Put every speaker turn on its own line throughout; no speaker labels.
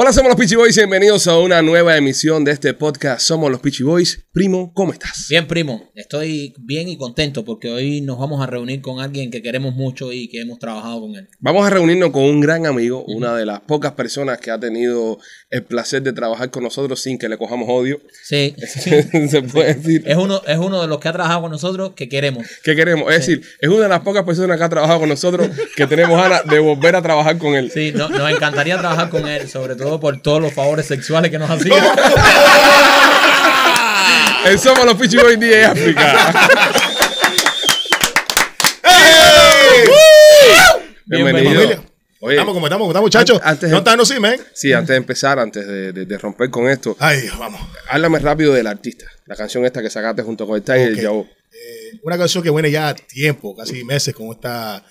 Hola, somos los Peachy Boys. Bienvenidos a una nueva emisión de este podcast. Somos los Peachy Boys. Primo, ¿cómo estás?
Bien, primo, estoy bien y contento porque hoy nos vamos a reunir con alguien que queremos mucho y que hemos trabajado con él.
Vamos a reunirnos con un gran amigo, una de las pocas personas que ha tenido el placer de trabajar con nosotros sin que le cojamos odio.
Sí,
Se puede decir.
es uno, es uno de los que ha trabajado con nosotros que queremos.
¿Qué queremos? Es decir, es una de las pocas personas que ha trabajado con nosotros que tenemos ganas de volver a trabajar con él.
Sí, no- nos encantaría trabajar con él, sobre todo por todos los favores sexuales que nos hacía.
Ah,
El somos los Pichi Boys DJ África. Bienvenido.
Familia.
Oye,
Estamos como estamos, como estamos, muchachos.
An- antes de-
no están, no sí, men.
sí, antes de empezar, antes de, de- de romper con esto,
Ay, vamos.
háblame rápido del artista. La canción esta que sacaste junto con el Tiger y el
Ok.
Yao.
Eh, una canción que viene ya tiempo, casi meses, con esta.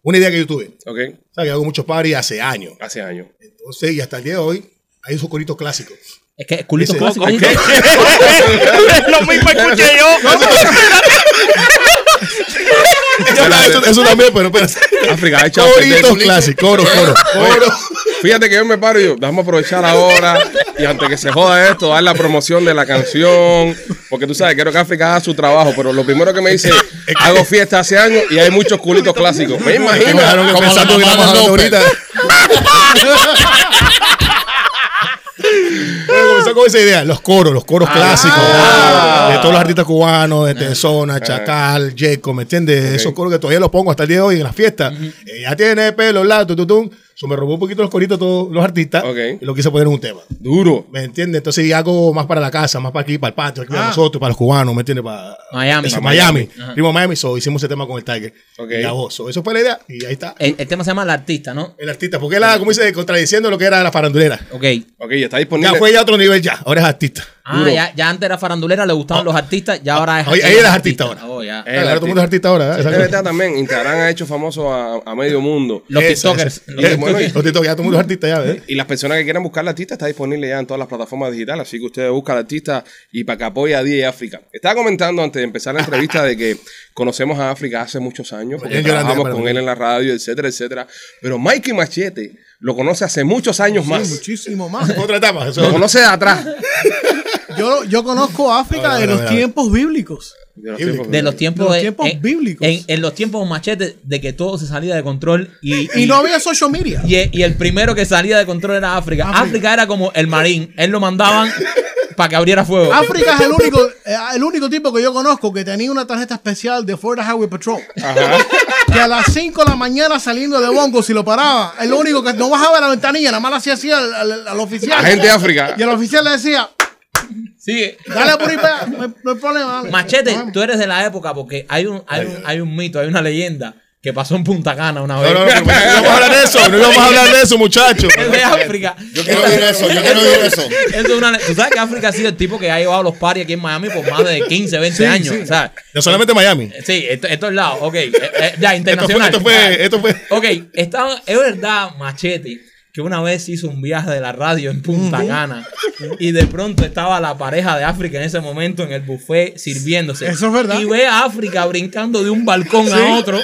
Una idea que yo tuve.
¿Ok?
¿Sabes? Que hago muchos parties hace años.
Hace años.
Entonces, y hasta el día de hoy, hay esos coritos clásicos.
Es que culitos
Ese-
clásicos.
Lo mismo escuché yo.
eso, eso también, pero espérate.
África, ha hecho
Coritos clásicos, coro, coro.
Oye, Fíjate que yo me paro y yo, vamos a aprovechar ahora y antes que se joda esto, dar la promoción de la canción. Porque tú sabes, quiero que África haga su trabajo, pero lo primero que me dice, hago fiesta hace años y hay muchos culitos clásicos. Me
Me
imagino.
dejaron
Como
pensando
la
que
mamá
estamos
de
hablando
López.
ahorita. Bueno, comenzó con esa idea, los coros, los coros clásicos de todos los artistas cubanos, de Tezona, Chacal, Jacob, ¿me entiendes? Esos coros que todavía los pongo hasta el día de hoy en las fiestas. Ella tiene pelo largo, tutum. Eso me robó un poquito los coritos todos los artistas
Ok.
y lo quise poner en un tema.
Duro.
¿Me entiendes? Entonces y hago más para la casa, más para aquí, para el patio, aquí para nosotros, para los cubanos, ¿me entiendes? Para
Miami.
Eso,
Para
Miami.
Miami. Ajá.
Primo Miami, so, hicimos ese tema con el Tiger.
Ok.
Y ya vos, so, eso fue la idea y ahí está.
El, el tema se llama El Artista, ¿no?
El artista, porque él, ah, como dice, contradiciendo lo que era la farandulera.
Ok.
Ok, está disponible.
Ya fue ya a otro nivel ya, ahora es artista.
Ah,
Duro.
ya, ya antes era farandulera, le gustaban los artistas, ya ahora es
Oye, ella es artista ahora.
Oh, ya.
Eh,
ahora todo el mundo es artista ahora. ¿eh?
Es
Exacto.
verdad también, Instagram ha hecho famoso a, a medio mundo.
Los
Eso,
TikTokers.
eso.
Los
Eh,
TikTokers.
bueno, Los TikTokers, ya todo el mundo es artista ya, ¿ves?
Y las personas que quieran buscar al artista está disponible ya en todas las plataformas digitales, así que ustedes buscan al artista y para que apoye a DJ África. Estaba comentando antes de empezar la entrevista de que conocemos a África hace muchos años, porque
Bien, Yolanda,
trabajamos
para
con
mí.
él en la radio, etcétera, etcétera. Pero Mikey Machete lo conoce hace muchos años más.
Muchísimo más.
Otra etapa. eso-
Lo conoce de atrás.
Yo, yo conozco África
A ver, a ver,
de
a
los
ver.
tiempos bíblicos.
De los
Bíblico.
tiempos-
De los tiempos,
Los
de-
tiempos
en,
bíblicos.
En, en los tiempos machetes de que todo se salía de control y,
Y no había social media.
y e- y el primero que salía de control era África. África,
África.
era como el marín. Él lo mandaban para que abriera fuego.
África es el único, eh, el único tipo que yo conozco que tenía una tarjeta especial de Florida Highway Patrol. Que a las 5 de la mañana saliendo de Bongo, si lo paraba, el único que no bajaba la ventanilla, nada más le hacía así al, al- al oficial.
Agente de África.
Y al oficial le decía,
Sí.
dale por ahí, pa, no hay- no hay problema. dale".
Machete, tú eres de la época porque hay un, hay un, hay un mito, hay una leyenda que pasó en Punta Cana una vez.
No, no, no, pero no íbamos a hablar de eso, no íbamos a hablar de eso, muchachos.
Es de África.
Yo quiero oír eso, yo quiero oír eso.
Eso es una le- Tú sabes que África ha sido el tipo que ha llevado los paris aquí en Miami por más de 15, 20 años. ¿sabes?
No solamente Miami.
Sí, esto, esto es lado. Ok. Eh, eh, ya,
Esto fue,
internacional.
esto fue, esto fue.
Ok, estaba, es verdad, Machete, que una vez hizo un viaje de la radio en Punta Cana y de pronto estaba la pareja de África en ese momento en el buffet sirviéndose.
Eso es verdad.
Y ve a África brincando de un balcón a otro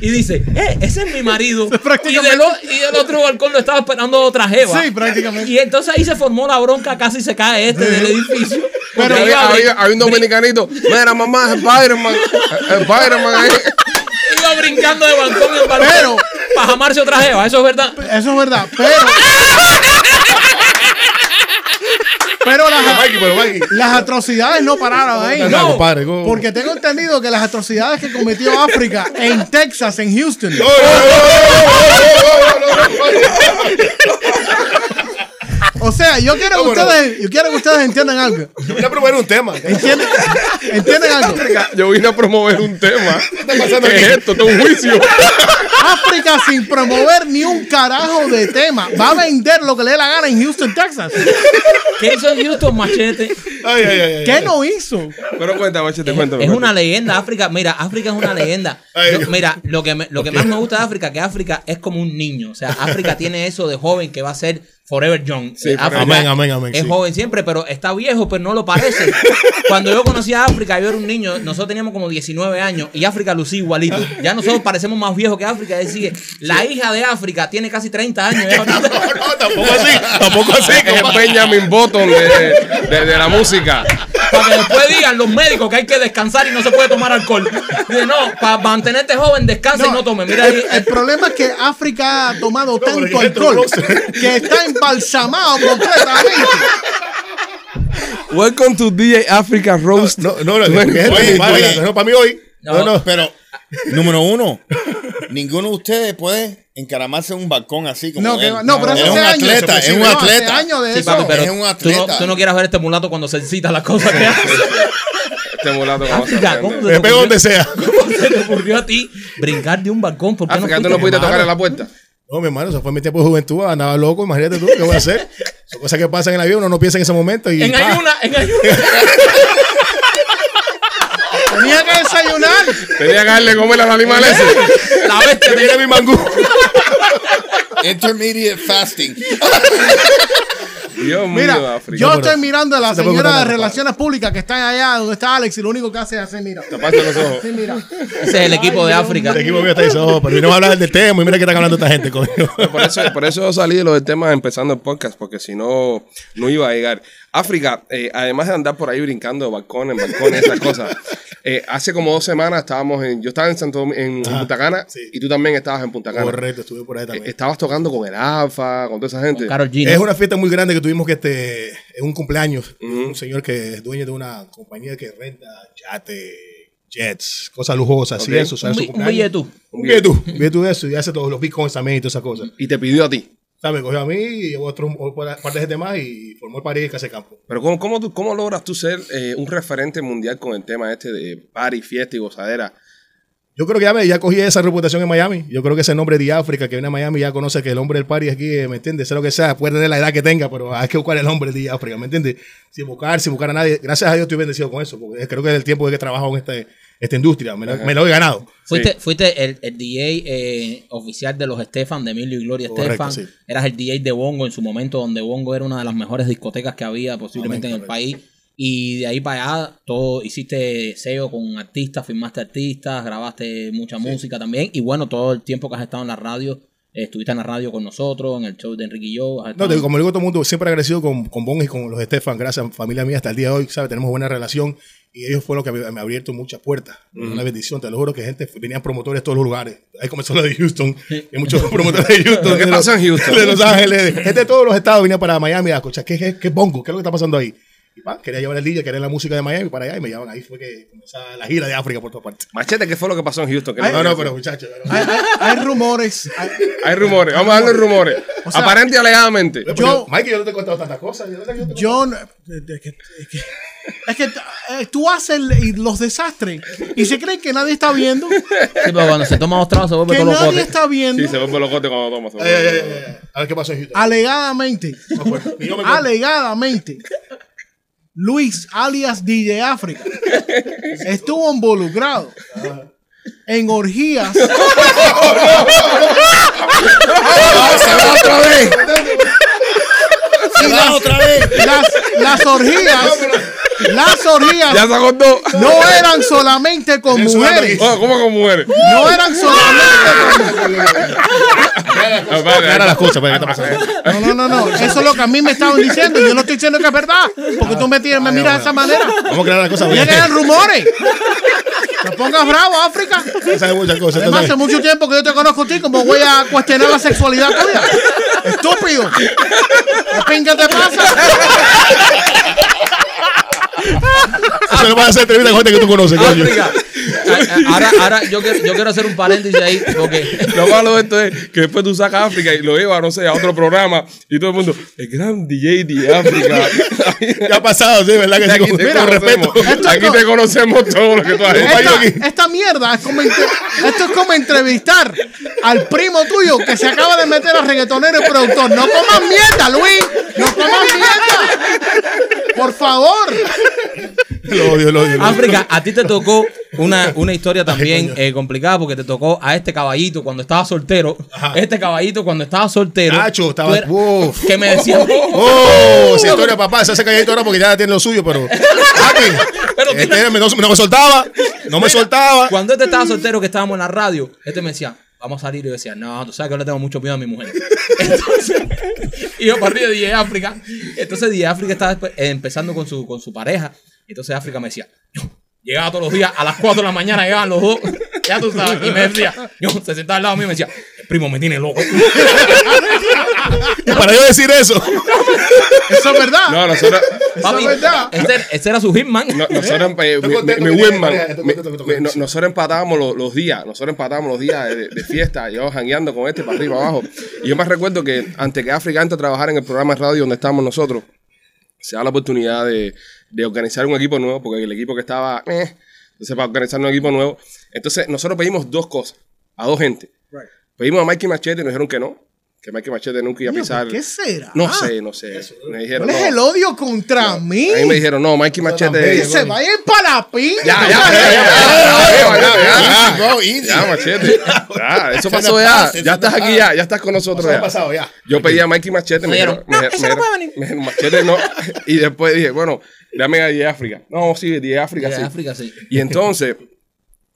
y dice, eh, ese es mi marido.
Es
Y
prácticamente-
del, o- y del otro balcón lo estaba esperando otra jeva.
Sí, prácticamente.
Y entonces ahí se formó la bronca, casi se cae este del edificio.
Pero
porque
había,
iba a brin-
había- había un dominicanito. Mira, mamá, es Spider-Man. Es Spider-Man eh. ahí.
iba brincando de balcón en balcón
Pero-
para jamarse otra jeva, eso es verdad.
Eso es verdad, pero. pero las,
Mikey, pero Mikey.
las atrocidades no pararon ahí.
No, compadre, ¿cómo?
Porque tengo entendido que las atrocidades que cometió África en Texas, en Houston, o sea, yo quiero que
Vámonos.
ustedes, yo quiero que ustedes entiendan algo.
Yo vine a probar un tema. ¿Qué
Entienden, entiendan algo.
Yo vine a promover un tema.
está pasando
¿Qué
aquí?
es esto? Esto es un juicio.
África sin promover ni un carajo de tema va a vender lo que le dé la gana en Houston, Texas.
¿Qué hizo Houston Machete?
Ay, ay, ay, ay.
¿Qué no hizo?
Pero cuéntame, Machete, cuéntame.
Es
cuéntame.
una leyenda, África. Mira, África es una leyenda.
Ay,
Yo-
Dios.
mira, lo que, me- lo que más me gusta de África, que África es como un niño. O sea, África tiene eso de joven que va a ser forever young.
Sí,
Eh,
forever.
África
Amén, amén, amén,
Es
sí.
joven siempre, pero está viejo, pero no lo parece. Cuando yo conocí a África, yo era un niño, nosotros teníamos como 19 años y África lucía igualito. Ya nosotros parecemos más viejos que África. Es decir, la hija de África tiene casi 30 años. ya ahorita.
No, tampoco así, tampoco así.
Es el
compadre.
Benjamin Button de, de- de la música.
Para que después digan los médicos que hay que descansar y no se puede tomar alcohol. Dice, no, para mantenerte joven, descansa y no tome. Mira, ahí,
el, el problema es que África ha tomado tanto
porque esto
alcohol
no
que está embalsamado completamente.
Welcome to DJ Africa Roast.
No, no, no,
Bueno,
que es el
oye,
primero,
oye.
que no, para mí hoy. No, no.
Pero, número uno, ninguno de ustedes puede encaramarse en un balcón así como
No, que
él.
va- no, pero eso
es un
hace años,
atleta,
eso
es
sí,
un
no, hace
atleta.
años de
Sí,
eso.
papi,
pero
pero es un
tú no,
atleta.
tú no quieras ver este mulato cuando se excita las cosas que hace.
Este mulato como
África, ¿cómo
sorprende.
te,
Me pego
ocurrió,
donde sea.
cómo se te ocurrió a ti brincar de un balcón? ¿Por qué
África, tú
no
Ah, no
fuiste?
pudiste tocar a la puerta.
No, mi hermano, eso fue mi tiempo de juventud. ah, Andaba loco, imagínate tú, ¿qué voy a hacer? Son cosas que pasan en la vida, uno no piensa en ese momento. Y,
En
pa.
ayuna, en ayuna.
Tenía que desayunar.
Tenía que darle comer al animal ese.
La bestia
Que viene mi mangú.
Intermediate fasting.
Dios mío,
Mira,
África.
yo
pero-
estoy mirando a la
Eso tampoco
señora
está
de
tan mal.
Relaciones Públicas que está allá donde está Alex y lo único que hace es así, mira.
Tapaste los ojos.
Sí, mira.
Ese es el equipo de África.
El equipo mío está diciendo, oh, pero no va a hablar del tema y mira que están hablando esta gente conmigo.
Por eso, por eso salí de los temas empezando el podcast, porque si no, no iba a llegar. África, eh, además de andar por ahí brincando de balcón en balcón y esas cosas, eh, hace como dos semanas estábamos en. Yo estaba en, Santo, Domi- en Punta Cana
sí.
y tú también estabas en Punta Cana.
Correcto, estuve por ahí
Eh,
también.
Estabas tocando con el AFA, con toda esa gente.
Carol G.
Es una fiesta muy grande que tuvimos que este, es un cumpleaños. Un señor que es dueño de una compañía que renta yate, jets, cosas lujosas,
Ok.
así eso. o sea,
Un
su
bi- un
cumpleaños.
billetú.
Un billetú. Un billetú de eso y hace todos los bitcoins también y todas esas cosas.
Y te pidió a ti.
O sea, me cogió a mí y llevó a otro un- par par de gente más y formó el París que hace campo.
Pero ¿cómo, cómo, tú- cómo logras tú ser eh, un referente mundial con el tema este de party, fiesta y gozadera?
Yo creo que ya, me, ya cogí esa reputación en Miami. Yo creo que ese nombre de África que viene a Miami ya conoce que el hombre del party aquí, eh, ¿me entiendes? Sea lo que sea, puede tener la edad que tenga, pero hay que buscar el hombre de África, ¿me entiendes? Sin buscar, sin buscar a nadie. Gracias a Dios estoy bendecido con eso, porque creo que es el tiempo de que trabajo en este, esta industria. Me, la- me lo he ganado.
Fuiste, fuiste el, el DJ eh, oficial de los Estefan, de Emilio y Gloria
Correcto,
Estefan.
sí.
Eras el DJ de Bongo en su momento, donde Bongo era una de las mejores discotecas que había posiblemente en el país. Y de ahí para allá, todo, hiciste SEO con artistas, firmaste artistas, grabaste mucha música también. Y bueno, todo el tiempo que has estado en la radio, eh, estuviste en la radio con nosotros, en el show de Enrique y yo. has
No,
estado-
te- como digo todo el mundo, siempre agradecido con, con Bon y con los Estefan, gracias familia mía, hasta el día de hoy, ¿sabes? Tenemos buena relación y ellos fueron los que me, me abierto muchas puertas. Una bendición, te lo juro que gente, venían promotores de todos los lugares. Ahí comenzó lo de Houston, hay muchos promotores de Houston.
¿Pero qué
de los-
pasa en Houston?
De Los Ángeles, de- gente de todos los estados venía para Miami a escuchar, ¿qué, qué, qué bongo? ¿Qué es lo que está pasando ahí? Y pa, quería llevar el DJ, quería la música de Miami para allá y me llevan ahí, fue que comenzaba la gira de África por todas partes.
Machete, ¿qué fue lo que pasó en Houston? ¿Qué le
No, no,
parece?
pero muchachos. no, no.
Hay, hay- hay rumores. hay-
Hay rumores, vamos a darle rumores.
O sea-
Aparente y alegadamente.
Porque,
Yo-
Mike, yo no te he contado tantas cosas. yo no sé, yo te-
Yo no- es que, es que- es que, eh, tú haces el- y los desastres y se cree que nadie está viendo,
Sí, pero cuando se toma dos tragos se vuelve
que
todo
nadie
locote.
está
Sí,
viendo.
se vuelve locote cuando toma. se
Ay, ay,
vuelve
ay,
locote.
ay, ay. A ver qué pasó
Ah,
en Houston.
Alegadamente,
No me acuerdo. Ni yo me acuerdo.
alegadamente, Luis alias DJ África estuvo involucrado en orgías
otra vez!
y las,
otra vez.
las, las orgías, las
¡Ya
orgías
se acordó!
no eran solamente con
Eso es
mujeres,
Oh, ¿Cómo con mujeres?
no eran solamente con
Ah, vale,
Aclara las
vale.
cosas, para que está pasando.
No, no, no, no. Eso es lo que a mí me estaban diciendo. Yo no estoy diciendo que es verdad. Porque tú me, tienes, me miras de esa manera.
Vamos a aclarar las cosas.
Ya
porque
quedan rumores. No pongas bravo, África.
tú sabes muchas cosas. tú
Además, hace
sabes.
mucho tiempo que yo te conozco a ti. ¿Cómo voy a cuestionar la sexualidad tuya? Estúpido. ¿Qué pinga te pasa?
Eso no va a hacer entrevista con gente que tú conoces, coño.
África. A- a- Ahora, ahora yo, quiero, yo quiero hacer un paréntesis ahí porque
Lo malo de esto es que después tú sacas a África y lo llevas, no sé, a otro programa y todo el mundo, el gran DJ de África.
Ya ha pasado, sí, ¿verdad? Que sí,
aquí
con,
te
con
conocemos.
respeto.
Esto es
Aquí
co-
te conocemos todo lo que tú has hecho.
Esta, esta mierda es como entre- esto es como entrevistar al primo tuyo que se acaba de meter a reggaetonero y productor. No comas mierda, Luis. No comas mierda. Por favor.
Lo odio, lo odio. lo odio.
África, a ti te tocó una, una historia también eh, complicada porque te tocó a este caballito cuando estaba soltero. Este caballito cuando estaba soltero.
Nacho, estaba-
tú eras-
uf.
que me decía.
¡Oh! Esa historia, papá, se hace calladito ahora porque ya tiene lo suyo, pero. Papi, este me- no, no me soltaba, no me soltaba.
Cuando este estaba soltero, que estábamos en la radio, este me decía, vamos a salir. Y yo decía, no, tú sabes que yo le tengo mucho miedo a mi mujer. Entonces, y yo partí de DJ África. Entonces DJ África estaba espe- eh, empezando con su, con su pareja. Entonces África me decía, yo, llegaba todos los días, a las 4 de la mañana llegaban los dos. Ya tú sabes. Y me decía, yo, se sentaba al lado mío y me decía, el primo me tiene loco.
Y para yo decir eso,
Eso es verdad.
No, nosotros.
Papi,
es verdad.
ese, era- ese era su hitman.
no- nosotros empa- eh, mi- mi-
contento que
mi
tiene
Winman,
pareja, estoy
mi-
contento que toca
mi- no-
eso.
Nosotros empatábamos los, los días. Nosotros empatábamos los días de, de fiesta. Yo jangueando con este para arriba abajo. Y yo me recuerdo que antes que África entre a trabajar en el programa de radio donde estábamos nosotros, se da la oportunidad de, de organizar un equipo nuevo, porque el equipo que estaba. eh, entonces, para organizar un equipo nuevo. Entonces, nosotros pedimos dos cosas a dos gente. Pedimos a Mikey Machete y nos dijeron que no. Que Mikey Machete nunca iba a
Coño,
pisar.
¿por ¿Qué será?
No sé, no sé. Me dijeron.
¿Cuál es
no.
el odio contra mí?
A mí me dijeron, no, Mikey Machete.
Que se vayan para la pinta.
Ya, ya, ya,
madre.
ya, ya, ya, ya, ya, ya,
Easy, bro, easy.
ya, Machete. Ya, eso pasó ya. Ya estás aquí ya, ya estás con nosotros
ha
ya.
pasado ya.
Yo pedí a Mikey Machete.
Me
dijeron,
dieron, no, ese no puede venir.
me dijeron, Machete no. Y después dije, bueno, dame a DJ África. No, sí, DJ África,
De
sí.
África, sí.
Y entonces,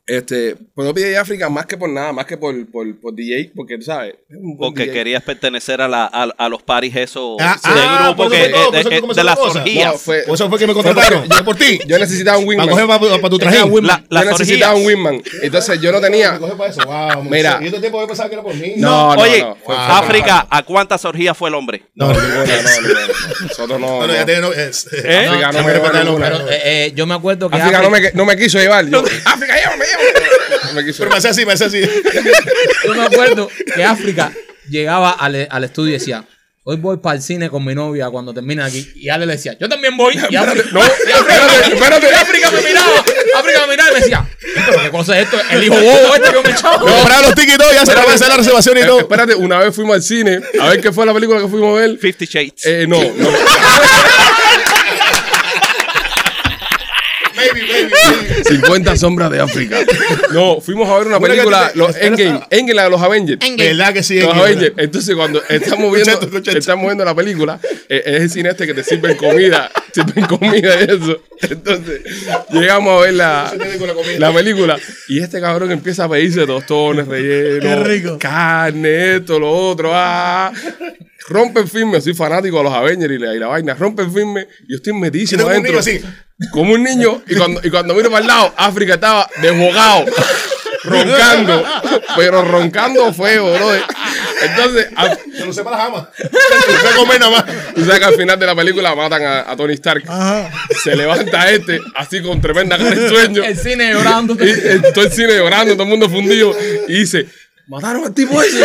este, pues yo pedí a África más que por nada, más que por, por, por DJ, porque tú sabes. es un buen
Porque
DJ.
querías pertenecer a, la, a, a los paris esos
Ah,
de
ah,
grupo
por
que,
eso fue todo, por
de,
eso
eh,
de-
comenzó
de
la
las
cosa.
orgías.
No, fue-
Por eso fue que me
fue porque
contrataron. Yo por ti.
Yo necesitaba un
Para
wingman.
coger para, para tu trajín.
La-
Yo
las
necesitaba un
orgías.
wingman. Entonces yo no tenía.
Coge para eso. Wow,
Mira.
Yo este tiempo yo pensaba que era por mí.
No, no,
Oye,
no, fue- fue-
África, ¿a cuántas orgías fue el hombre?
No, ninguna, no, no, no. Nosotros no.
No, no,
no.
ya te no, es-
¿Eh?
África no
Ya
me
me
llevó
repartí
ninguna.
la
Pero eh, eh, yo me acuerdo que.
África no
África-
me, no me quiso llevar. Yo, África, llévame, llévame. No me quiso
Pero
llevar.
me hace así, me hace así.
Yo me acuerdo que África llegaba al, al estudio y decía, hoy voy para el cine con mi novia cuando termine aquí. Y Ale le decía, yo también voy. Y África,
No, espérate, espérate.
y África me miraba, África me miraba y me decía, pero qué cosa es esto, el hijo bobo este que me echaba.
Compraron los tickets y todo, ya se va a hacer la reservación y
Eh,
todo.
Espérate, una vez fuimos al cine. A ver qué fue la película que fuimos a ver.
Fifty Shades.
Eh, no, no.
Baby, baby, baby.
50 sombras de África. No, fuimos a ver una
Una que
película,
te-
los Endgame,
espera,
Endgame, la de los Avengers.
¿Verdad que sí?
Los
Enki?
Avengers. Entonces, cuando estamos viendo,
Escucha esto, escucha esto.
estamos viendo la película, eh, es el cine este que te sirven comida, sirven comida y eso. Entonces, llegamos a ver la, la película y este cabrón empieza a pedirse tostones, relleno,
Qué rico.
carne, esto, lo otro. Ah. Rompen firme, soy fanático de los Avengers y la, y la vaina. Rompen firme, yo estoy
Yo
metísimo
tengo un
adentro.
niño
Como un niño, y cuando, y cuando miro para el lado, África estaba desbogado, roncando, pero roncando feo, bro. Entonces, a-
Yo no sé para las amas. No comer nada más.
tú sabes que al final de la película matan a, a Tony Stark.
Ajá.
Se levanta este, así con tremenda cara de sueño.
El cine llorando.
Y, eh, todo el cine llorando, todo el mundo fundido. Y dice, mataron al tipo ese.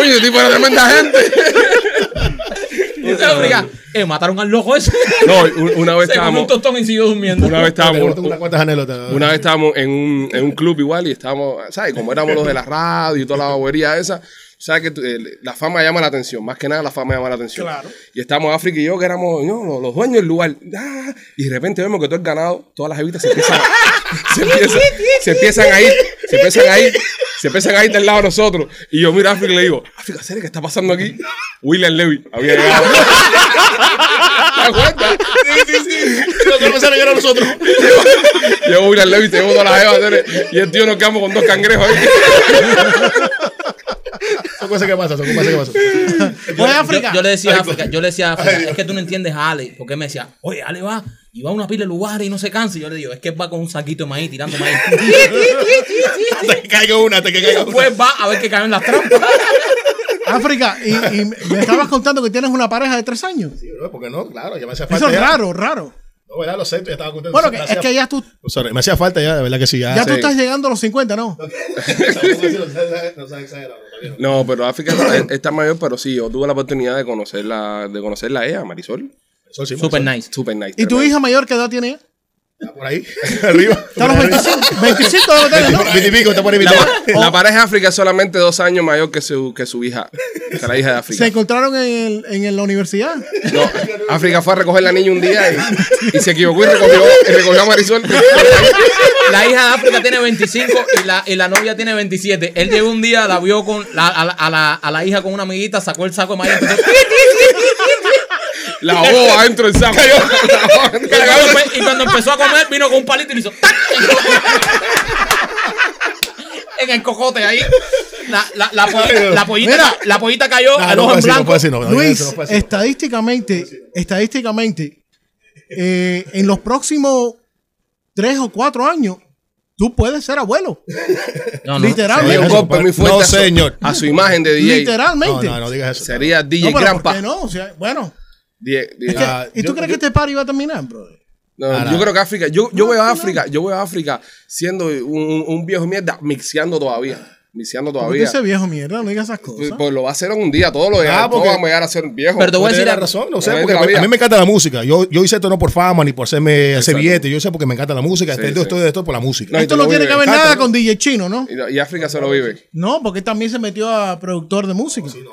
Oye, ese tipo era tremenda gente.
Y dice África, eh, mataron al loco ese.
No, un- una vez
Se
estábamos,
comió un tostón y siguió durmiendo.
una vez
Tengo
estábamos,
tengo unas cuantas anécdotas.
Una vez estábamos en un, en un club igual y estábamos, ¿sabes? Como éramos los de la radio y toda la bobería esa, ¿sabes? Que tú- eh, la fama llama la atención, más que nada la fama llama la atención.
Claro.
Y estábamos África y yo, que éramos no, los, los dueños del lugar. Ah, y de repente vemos que todo el ganado, todas las evitas se empiezan, a- se empiezan, se empiezan a ir, se empiezan a ir. Se empiezan a ir del lado de nosotros. Y yo miro a África y le digo, África, ¿sabes qué está pasando aquí? William Levy había llegado. ¿Te das cuenta?
Lo que empezaron a llorar nosotros.
Llevo William Levy, te llevo todas las jevas, señores, y el tío nos quedamos con dos cangrejos ahí.
Son cosas que pasan, son cosas que pasan.
Voy a
Yo-
África.
Yo, le decía a
pues.
África, yo le decía a África, es que tú no entiendes a Ale, porque él me decía, oye, Ale va y va a una pila de lugares y no se cansa. Y yo le digo, es que él va con un saquito de maíz tirando maíz.
Hasta que caiga una, hasta que caiga una.
Después Pues va a ver que caen las trampas.
África, y, y me estabas contando que tienes una pareja de tres años.
Sí, bro, ¿Por qué no? Claro, ya me hacía falta.
Eso es
ya.
raro, raro.
No, ¿verdad? Lo acepto, ya estaba contento.
Bueno,
Me
que, es
hacía-
que ya tú,
Sorry, me hacía falta ya, de verdad que Ah, sí. Ya,
ya tú
sí.
estás llegando a los 50, ¿no?
No seas exagerado, también.
No, pero África está- está mayor, pero sí, yo tuve la oportunidad de conocerla, de conocerla a ella, Marisol.
Eso sí,
Super nice.
Super nice.
¿Y tu
tremenda.
hija mayor qué edad tiene?
Está por ahí, arriba.
Está a los 25, 25 de hoteles, ¿no?
Vitipico, está por ahí.
La,
Vitipico.
la pareja de África es solamente dos años mayor que su, que su hija, que la hija de
Se
África.
encontraron en, el- en la universidad.
No, África fue a recoger la niña un día y, y se equivocó y recogió, y recogió a Marisol.
La hija de África tiene 25 y la, y la novia tiene 27. Él llegó un día, la vio con la, a, la, a, la, a la hija con una amiguita, sacó el saco de maíz. empezó-
La boba adentro del saco. La boba-
Y cuando, empe- y cuando empezó a comer, vino con un palito y le hizo. ¡tac! en el cojote ahí. La, la, la, pollita, la, pollita,
Mira.
la pollita cayó
Nah,
al
no
ojo
puede
en
ser, no
blanco.
puede ser, no, no,
Luis,
no puede ser.
estadísticamente, estadísticamente, eh, en los próximos tres o cuatro años, tú puedes ser abuelo.
No, no.
Le dio
literalmente.
un golpe muy fuerte
No,
a su-
señor.
A, su, imagen de DJ.
No,
literalmente.
no, no digas eso.
Sería DJ
No, pero ¿por
Grampa.
qué no? O sea, bueno.
Die- die-
¿qué-
Ah,
¿Y tú
yo-
crees
yo-
que este party va a terminar, brother?
No,
Ah,
yo
no.
creo que África, yo, yo veo a África, yo veo a África siendo un, un viejo mierda, mixeando todavía. Mixeando
¿Por qué
todavía.
tú dices viejo mierda? No digas esas
Pues,
cosas.
pues lo va a hacer un día, todos los días.
Ah,
todos
porque-
vamos a llegar a ser viejos.
Pero te voy a
Tiene
decir
la
algo.
razón, no sé,
Obviamente
porque
la
me-
vida.
a mí me encanta la música. Yo, yo hice esto no por fama ni por hacerme hacer
Exacto.
billete, yo hice porque me encanta la música.
Sí,
estoy
sí.
estoy de esto por la música.
No, y
Esto
tú
no
lo
tiene que
vives.
ver nada
Exacto.
con DJ Chino, ¿no?
Y, y África se lo vive.
No, porque él también se metió a productor de música.
Dios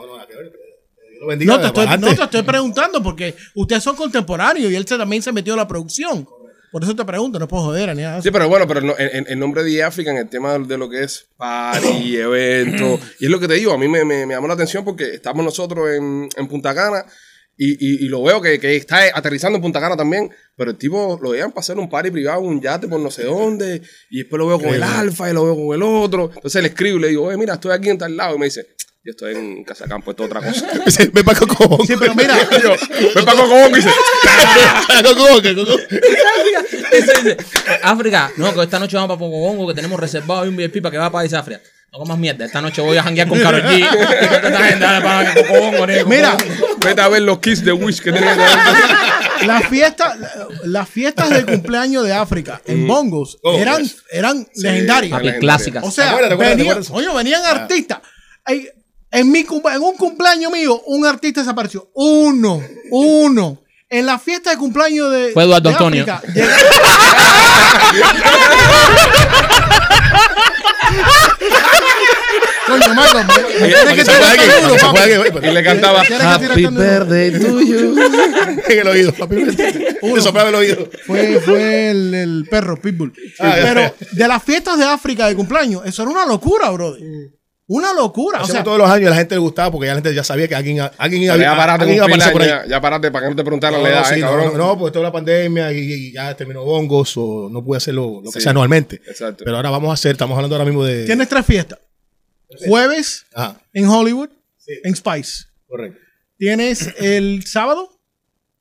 lo bendiga,
No te, estoy,
adelante.
no te estoy preguntando porque ustedes son contemporáneos y él se- también se metió a la producción. Por eso te pregunto, no puedo joder a ni nada.
Sí, pero bueno, pero no- en, en- en nombre de África, en el tema de lo que es party, evento. Y es lo que te digo, a mí me, me, me llamó la atención porque estamos nosotros en, en Punta Cana y, y- y lo veo que, que está aterrizando en Punta Cana también. Pero el tipo lo dejan para hacer un party privado, un yate por no sé dónde. Y después lo veo con el alfa y lo veo con el otro. Entonces le escribo y le digo, oye, mira, estoy aquí en tal lado. Y me dice, yo estoy en Casacampo, esto es otra cosa.
Sí, Me pago con.
Sí, pero mira,
Y yo, me pago con y dice,
Dice, dice, África, no, que esta noche vamos para Pocogongo, que tenemos reservado ahí un VIP para que va para País África. No comas mierda, esta noche voy a janguear con Karol G. y con toda esta gente, dale para que Pocogongo, nene,
mira,
Pocogongo.
vete a ver los kiss de Wish que tienen.
las fiestas, las fiestas de cumpleaños de África en Bongos
Oh,
eran,
yes.
eran
la
legendarias.
Papi,
legendaria.
clásicas.
O sea,
¿Te acuerdas, te acuerdas, te
venía-
acuerdas?
coño, venían artistas. Ay, En, mi, cum- en un cumpleaños mío, un artista desapareció. Uno, uno. En la fiesta de cumpleaños de.
Fue Eduardo
de
Antonio.
África, llega- Coño, Marco, me- me tienes que
Se
tirar
fue
tan duro,
alguien, se pues,
papi.
fue alguien, pero-
Y le cantaba,
Tienes que tirar tan duro.
en el oído, papi. Te soplaba el oído.
Fue, fue el, el perro Pitbull.
Ah, ya,
Pero
ya.
de las fiestas de África de cumpleaños, eso era una locura, brother. Una locura. O
Hacemos
sea,
todos los años y la gente le gustaba porque ya la gente ya sabía que alguien, alguien iba,
ya parate
alguien
con
iba a aparecer por ahí.
pila, ya, ya parate para que no te preguntaran
No,
la edad,
sí,
eh,
no,
cabrón.
no, no, porque toda la pandemia y, y ya terminó bongos o no pude hacerlo lo que
Sí,
sea anualmente.
exacto.
Pero ahora vamos a hacer, estamos hablando ahora mismo de.
tienes tres fiestas. Jueves
Ajá,
en Hollywood, en Spice.
correcto.
Tienes el sábado,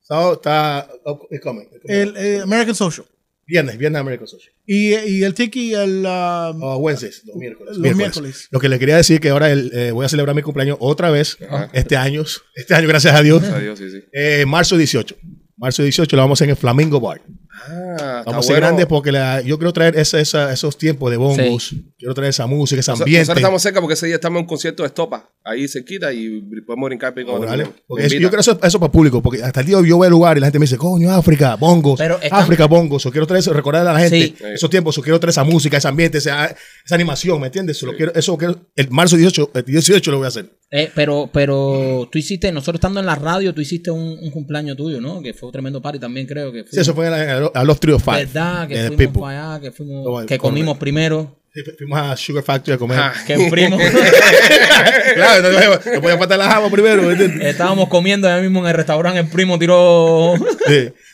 Sábado está up- it's coming, it's coming.
el eh, American Social.
viernes, viernes American Social.
Y, eh, y el Tiki, el... ah,
O Wednesdays, los miércoles.
Los miércoles.
Lo que le quería decir que ahora el, eh, voy a celebrar mi cumpleaños otra vez este año. Este año, gracias a Dios.
Adiós, sí, sí.
Eh, marzo 18. Marzo 18 lo vamos a hacer en el Flamingo Bar.
Ah, está
Vamos a ser
bueno.
grandes porque la- yo quiero traer esa- esa- esos tiempos de bongos. Quiero traer esa música, ese
Nos-
ambiente.
Nosotros estamos cerca porque ese día estamos en un concierto de estopa. Ahí se quita y podemos brincar pico.
Vamos a darle.
también.
Porque
Me
es- yo
invita.
creo eso, eso para público, porque hasta el día de hoy yo voy a lugar y la gente me dice, coño, África, bongos,
Pero están-
África, bongos. Yo quiero traer eso, recordar a la gente
Sí.
esos tiempos, yo quiero traer esa música, ese ambiente, esa, esa animación, ¿me entiendes? Eso Lo quiero, eso lo quiero, el marzo 18, el 18 lo voy a hacer.
Eh, pero, pero tú hiciste, nosotros estando en la radio, tú hiciste un, un cumpleaños tuyo, ¿no? Que fue un tremendo party también, creo que
Sí, eso fue en la- en la- a Love Trio Five.
¿Verdad? Que
de
fuimos
Pitbull.
para allá, que fuimos,
Correcto.
que comimos primero,
Sí, Fuimos a Sugar Factory a comer.
Ah,
que primo.
claro, no, no, no podía faltar la java primero. ¿me entiendes?
Estábamos comiendo ahí mismo en el restaurante, el primo tiró.
Sí.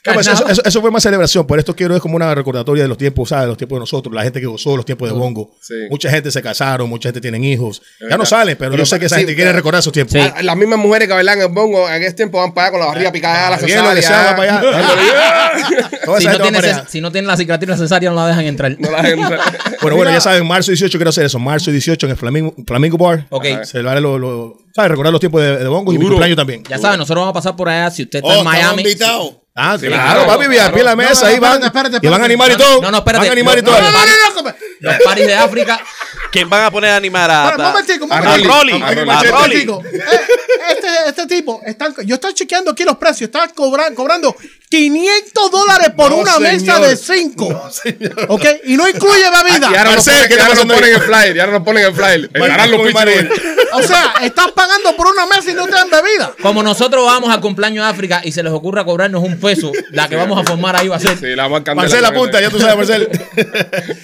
No, pero eso,
Carnado.
eso- eso fue más celebración, por esto quiero es como una recordatoria de los tiempos, ¿sabes? Los tiempos de nosotros, la gente que gozó, los tiempos de Bongo.
Sí.
Mucha gente se casaron, mucha gente tienen hijos. Ya no
verdad.
salen, pero,
Pero
yo sé que esa
sí,
gente quiere recordar esos tiempos.
Sí.
Ah,
Ah, Las mismas mujeres que bailan el bongo en ese tiempo van para allá con la barriga picada, la
bien, lo que sea, va para
cesárea.
allá. Toda
Si no,
esa gente va
tiene
para
ces-
allá.
si no tiene la cicatriz necesaria, no la dejan entrar.
No la gente.
Bueno, bueno, ya saben, marzo 18 quiero hacer eso. Marzo 18 en el Flamingo, Flamingo Bar.
Ok. Ajá.
Celebrar los, los- ¿sabes? Recordar los tiempos de, de Bongo y mi
Duro.
cumpleaños también.
Ya saben, nosotros vamos a pasar por allá. Si usted está
Oh,
en Miami.
invitado.
Ah,
claro,
claro, papi, VIP en la mesa,
No, no,
ahí van.
espérate, espérate,
Y van a
espérate.
animar y
No,
todo.
no, no, espérate.
Van a animar y
No,
todo.
no, no,
no, no, no, come-
Los paris de África.
¿Quién van a poner a animar a,
Para, un
a,
momentico, un
A
momentico.
Rolly.
Rolly?
A
A
Rolly.
Rolly.
Momentico. Eh, este, este tipo, están, yo estoy chequeando aquí los precios, está cobra- cobrando 500 dólares por
No,
una mesa
señor.
de 5. ¿Ok? Y no incluye
Y
bebida.
ahora nos
Marcel,
ponen,
¿qué
y ahora
está
nos
pasando
ponen
ahí?
en flyer, y ahora nos ponen en flyer. Estarán los
Marcel,
pinches-
Marcel.
O sea, estás pagando por una mesa y no te dan bebida.
Como nosotros vamos al cumpleaños de África y se les ocurra cobrarnos un peso, la que vamos a formar ahí va a ser.
Sí, la más candela.
Marcel, apunta, ya tú sabes, Marcel.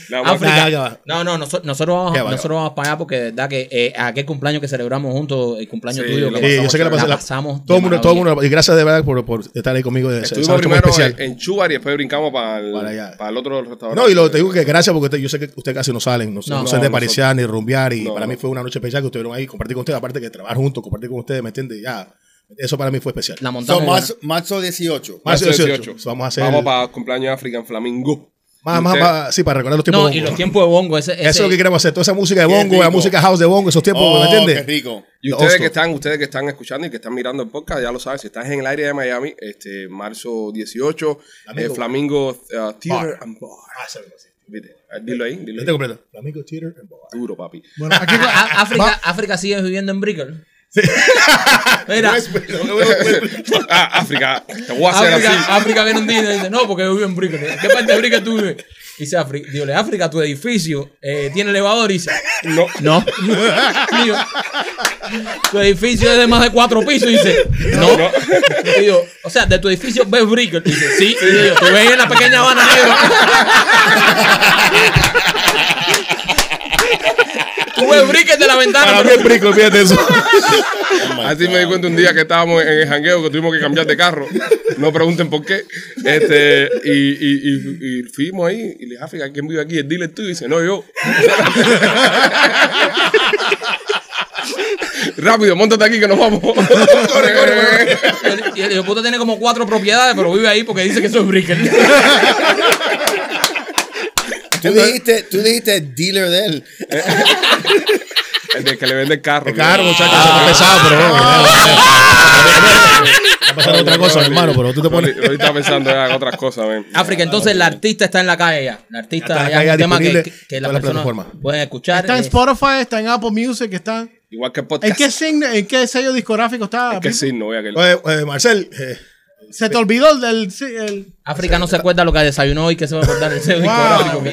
La más-
África.
Ah, ya va.
No, no, noso- nosotros vamos,
Ya va, ya
nosotros vamos para allá porque de verdad que eh, aquel cumpleaños que celebramos juntos, el cumpleaños
Sí,
tuyo,
lo
que
Sí, yo sé que la,
la
pasé- la-
pasamos. de
todo el mundo, todo el
maravilla.
mundo. Y gracias de verdad por, por estar ahí conmigo. de- se- se
Estuvimos
nos hizo muy
primero
especial.
en, en Chubar y después brincamos para el,
Para allá.
para el otro restaurante.
No, y lo, te digo que gracias porque usted- yo sé que ustedes casi no salen, no,
No.
no salen de
No,
parecer ni rumbear. Y
No,
para
no.
mí fue una noche especial que estuvieron ahí, compartir con ustedes. Aparte que trabajar juntos, compartir con ustedes, ¿me entiendes? Ya, eso para mí fue especial.
La montamos.
Son
buena.
marzo, marzo 18.
Marzo
Marzo
18. Vamos a hacer.
Vamos
el-
para el cumpleaños de África en Flamingo.
más, más,
Usted-
más- sí, para recordar los tiempos.
No,
de
y
bongo.
los tiempos de bongo, ese, ese-
Eso es lo que queremos hacer. Toda esa música de
Qué
bongo, la
rico.
música house de bongo, esos tiempos,
Oh,
¿me
qué
entiendes?
rico.
Y
De
ustedes
Oxford.
que están, ustedes que están escuchando y que están mirando el podcast, ya lo saben, si estás en el aire de Miami, este marzo 18, eh, Flamingo uh, Theater and Bar.
Ah,
Viste, eh, Dilo ahí, dilo
Yo
ahí.
te comprendo. Flamingo Theater and Bar.
Duro, papi.
Bueno, aquí
Á- Á- África, África sigue viviendo en Brickell. Mira,
Ah, África, te voy a hacer así.
África, África viene un día y te dice, no, porque yo vivo en Brickell. ¿Qué parte de Brickell tú vives? Dice África, dígale, África, tu edificio eh, tiene elevador. Y dice,
No,
no. Y yo, tu edificio es de más de cuatro pisos. Y dice, no.
No.
Y yo, o sea, de tu edificio ves Brickell. Y dice, sí. Y yo, tú ves en la pequeña Habana Negra. Tú ves Brickell de la ventana.
Para mí
pero-
es rico, fíjate eso.
así me di cuenta un día que estábamos en el jangueo que tuvimos que cambiar de carro. No pregunten por qué. Este, y, y, y, y fuimos ahí y le dije, África, ¿quién vive aquí? El dealer tú. Y dice, no, yo. Rápido, montate aquí que nos vamos. corre, corre.
Y el hijo puta tiene como cuatro propiedades, pero vive ahí porque dice que eso es Brickell.
Tú dijiste, tú dijiste dealer de él.
El de que le vende el carro.
Es caro,
¿no?
muchachos. Eso está pesado, pero. bueno, Está pasando otra cosa,
Rolly,
hermano, pero tú te pones.
Rolly- Rolly está pensando ya en otras cosas, ven.
África, entonces la artista está en la calle ya. La artista
Ya está en la
ya es un
calle
tema que,
disponible
que- que
en
las
todas las
personas
plataformas.
pueden escuchar.
está en
eh,
Spotify, está en Apple Music, está...
Igual que el
¿En
podcast.
qué, signo- en qué sello discográfico está?
Es que
Pipo?
sí, no voy a que.
Oye, eh, Marcel, eh,
Se te olvidó el... del- sí, el-
África no se acuerda lo que desayunó y que se va a acordar el sello discográfico.
1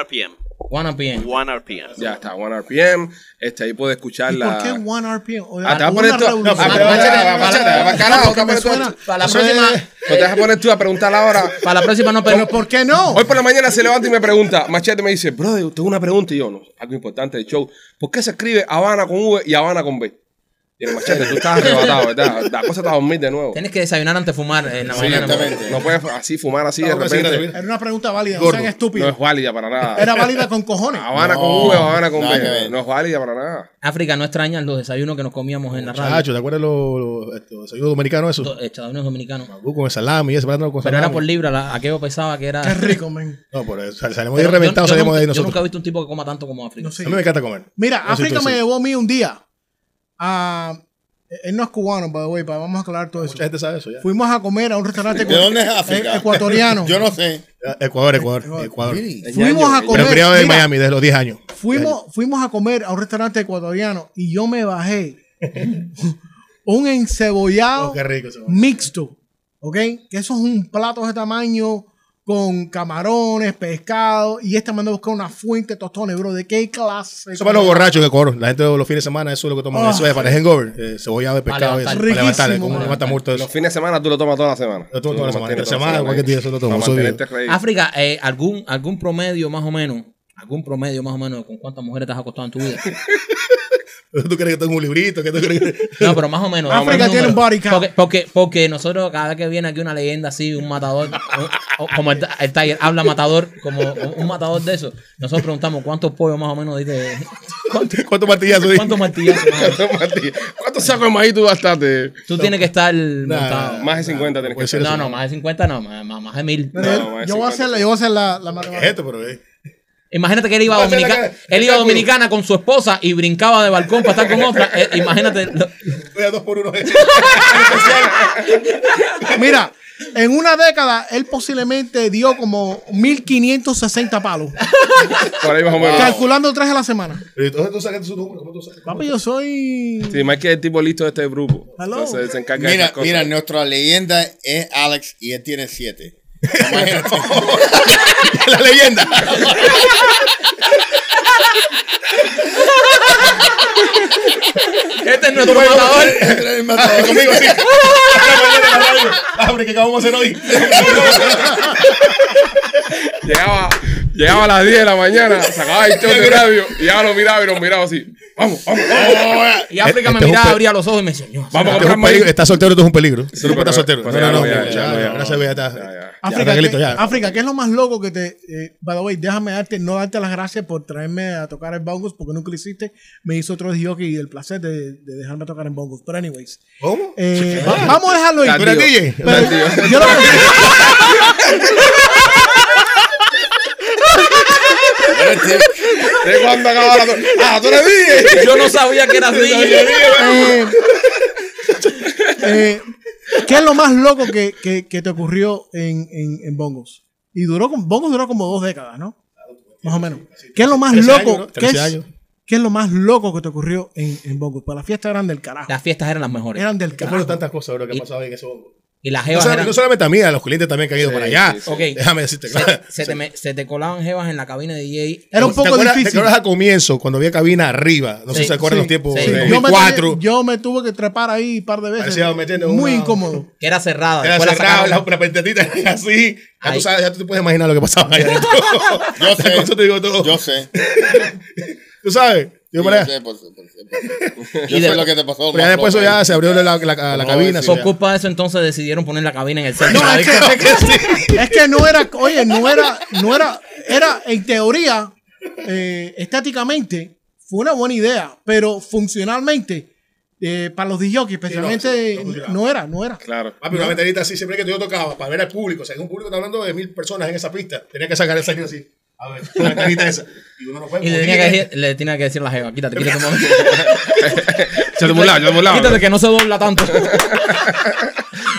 RPM.
Wanna PM.
1 RPM.
Ya está, 1 RPM. Este, ahí puede escuchar
¿Y
la.
por qué One RPM? O
Ah, te vas a
una
poner tú. Ah,
revolución.
te vas a-
Machete,
ah, machete,
para-
vas, carajo,
porque me
te vas a-
suena.
Para la
Eso
próxima,
es-
No te vas a poner tú a preguntar ahora.
para la próxima no
Pero
pero
¿por qué no?
Hoy por la mañana se levanta y me pregunta, Machete me dice, brother, tengo una pregunta y yo, no, algo importante del show. ¿Por qué se escribe Habana con V y Habana con B? Y el Machete, tú estás arrebatado, ¿verdad? La cosa está a dormir de nuevo.
Tienes que desayunar antes de fumar en la
Sí,
mañana.
exactamente.
no puedes así fumar así de
Vamos a decir,
repente.
Era una pregunta válida, no
Gordo.
sean
No
estúpidos.
es Ah, válida para nada.
Era válida con cojones.
Habana
No,
con V, Habana con
nada que
B.
ver.
No es válida para nada.
África no extraña los desayunos que nos comíamos en la radio.
muchachos, ¿te acuerdas los los- estos desayunos dominicanos esos?
Do- eh, Desayunos dominicanos.
Mangú con el salami, ese plátano con
Pero
salami.
era por libra, la- aquello pensaba que era.
Qué rico, men.
No, por eso. sal- Salimos ahí
Pero yo-
reventados,
yo
salimos de ahí
nunca- Yo
nosotros.
nunca he visto un tipo que coma tanto como África.
No sé.
A mí me encanta comer.
Mira,
Yo soy
África me
torcido.
llevó a mí un día. a- él no es cubano, by the way, pa- vamos a aclarar todo eso.
Mucha gente sabe eso ya.
Fuimos a comer a un restaurante
¿De dónde es
ecu-
África?
eh, ecuatoriano.
Yo no sé.
Ecuador, Ecuador, Ecuador.
Really?
Fuimos a
Pero
comer.
criado de
mira,
Miami desde los 10 años.
Fuimos, fuimos a comer a un restaurante ecuatoriano y yo me bajé un encebollado
Oh, qué rico ese momento.
mixto. ¿Ok? Que eso es un plato de tamaño con camarones, pescado. Y este esta mandó a buscar una fuente de tostones, bro. ¿De qué clase?
Eso para los borrachos que cobran. La gente los fines de semana, eso es lo que toman.
Ah.
eso es para el hangover. Eh, cebollado de pescado. y eso,
Oh. levantar.
Para levantarle.
Riquísimo,
Como
man.
levanta muerto eso.
Los fines de semana tú Pues lo tomas toda la semana.
Lo tomo toda la semana,
mantienes
entre semana, cualquier día, eso lo tomo,
Para
eso es
mantenerte reído.
África, eh, algún, algún promedio más o menos, algún promedio más o menos de con cuántas mujeres te has acostado en tu vida.
¿Tú crees que tengo un librito? ¿Qué tú crees que-
No, pero más o menos.
África
algún
tiene un
número.
body count.
Porque, porque, porque nosotros, cada vez que viene aquí una leyenda así, un matador, o- o- como el, ta- el Tiger habla matador, como un un matador de eso, nosotros preguntamos cuántos pollos más o menos diste. ¿Cuántos,
¿Cuántos martillazos? di?
cuántos martillazos? más o menos?
¿Cuántos sacos de maíz tú gastaste? Pues
Tú tienes que estar montado.
Más de 50 tienes que
puede ser
no,
eso.
no, más de 50, no, más, más- más de 1000.
Pero él-
No, man,
yo, voy a
50.
hacer la, yo voy a hacer la, la
¿Qué
matemática.
es esto? Pero, eh?
Imagínate que él iba a
Vamos a hacer
Dominicana,
la que-
él iba a
el cálculo.
Dominicana con su esposa y brincaba de balcón para estar con otra. Eh, imagínate. lo-
Voy a dos por uno.
Mira, En una década, él posiblemente dio como 1560 palos,
Por ahí más o menos.
calculando tres a la semana.
Pero entonces tú sacaste su número, ¿cómo tú sacas?
Papi, yo soy.
Sí, más que el tipo listo de este grupo.
Hello.
Entonces él se encarga de
Mira,
estas cosas.
mira, nuestra leyenda es Alex y él tiene siete.
La leyenda.
Este es nuestro matador.
eh,
Ah, Conmigo, sí. Abre, ¿qué vamos a hacer hoy?
Llegaba, llegaba a las 10 de la mañana, sacaba el show de radio y ya lo miraba y nos miraba así. Vamos, vamos, vamos.
Y África me
Este es un
miraba,
pe-
abría los ojos y me decía, "Ño,
Vamos a
Este es
comprar
un peligro.
maíz.
Está soltero, esto es un peligro.
Sí,
Sí, está
pero-
soltero.
pues
No,
ya,
no, no.
ya, ya, ya,
ya,
ya.
Gracias, Bea.
Ya, ya.
está- Ya,
África,
Raquelito,
¿qué,
ya.
África, ¿qué es lo más loco que te. eh, by the way, déjame darte, no darte las gracias por traerme a tocar en bongos porque nunca lo hiciste. Me hizo otro jockey y el placer de, de dejarme tocar en bongos. Pero, anyways.
¿Cómo?
eh, va- vamos a dejarlo ahí.
Tardío.
¿Tú eres DJ?
Pero-
Tardío.
yo lo que-
¿De cuándo acababa la to- Ah, tú le dije.
Yo no sabía que eras DJ.
eh, eh, ¿Qué es lo más loco que, que- que te ocurrió en, en- en bongos? Y duró, con- bongos duró como dos décadas, ¿no? Más o menos. ¿Qué es lo más
13
loco?
años, ¿no?
¿Qué
13
es-
años.
¿Qué es lo más loco que te ocurrió en, en bongos? Pues la fiesta eran del carajo.
Las fiestas eran las mejores.
Eran del
¿Qué
carajo.
fueron tantas cosas, bro, que han pasado ahí en ese bongo?
Y las
No
jevas
solamente-
eran...
no solamente a mí, a los clientes también que han ido para allá.
sí,
sí. Ok.
Déjame decirte, claro.
se, te me- se te colaban jevas en la cabina de DJ.
Era un
¿Te
poco
acuerdas- ¿Te
difícil.
acuerdas al comienzo, cuando había cabina arriba? No sé si
Sí,
se acuerdan
sí,
los tiempos.
sí.
de
Yo me,
2004.
tuve, yo me tuve que trepar ahí un par de veces.
Parecía meternos
Muy
una-
incómodo.
Que era cerrada.
Era
después la
cerrado, Ah, la,
sacaban.
la pentatita era así. Ya tú,
Ahí.
sabes, ya tú te puedes imaginar lo que pasaba allá adentro.
Yo
Con eso te
sé.
digo todo.
Yo sé.
¿Tú sabes? Yo,
Yo
para allá.
sé, por- por- por- por- yo sé lo que te pasó.
Pero ya después eso ya se abrió la, la, la, la
No,
cabina.
sí,
sí,
Por
ya.
culpa de eso entonces decidieron poner la cabina en el centro.
No, es que, es que no era, oye, no era, no era, era en teoría, eh, estáticamente, fue una buena idea, pero funcionalmente, eh, para los DJs, especialmente,
Sí, no, sí, no,
no, era, no era.
Claro.
Papi, una ventanita así, siempre que yo tocaba, para ver al público, o sea, que un público está hablando de mil personas en esa pista, tenía que sacar el sonido así, a ver, la ventanita esa, y uno no puede
Y le tenía, que decir, le tenía que decir a la jeva, quítate, quítate un momento.
Se te burlaba, se te burlaba.
Quítate que no se dobla tanto.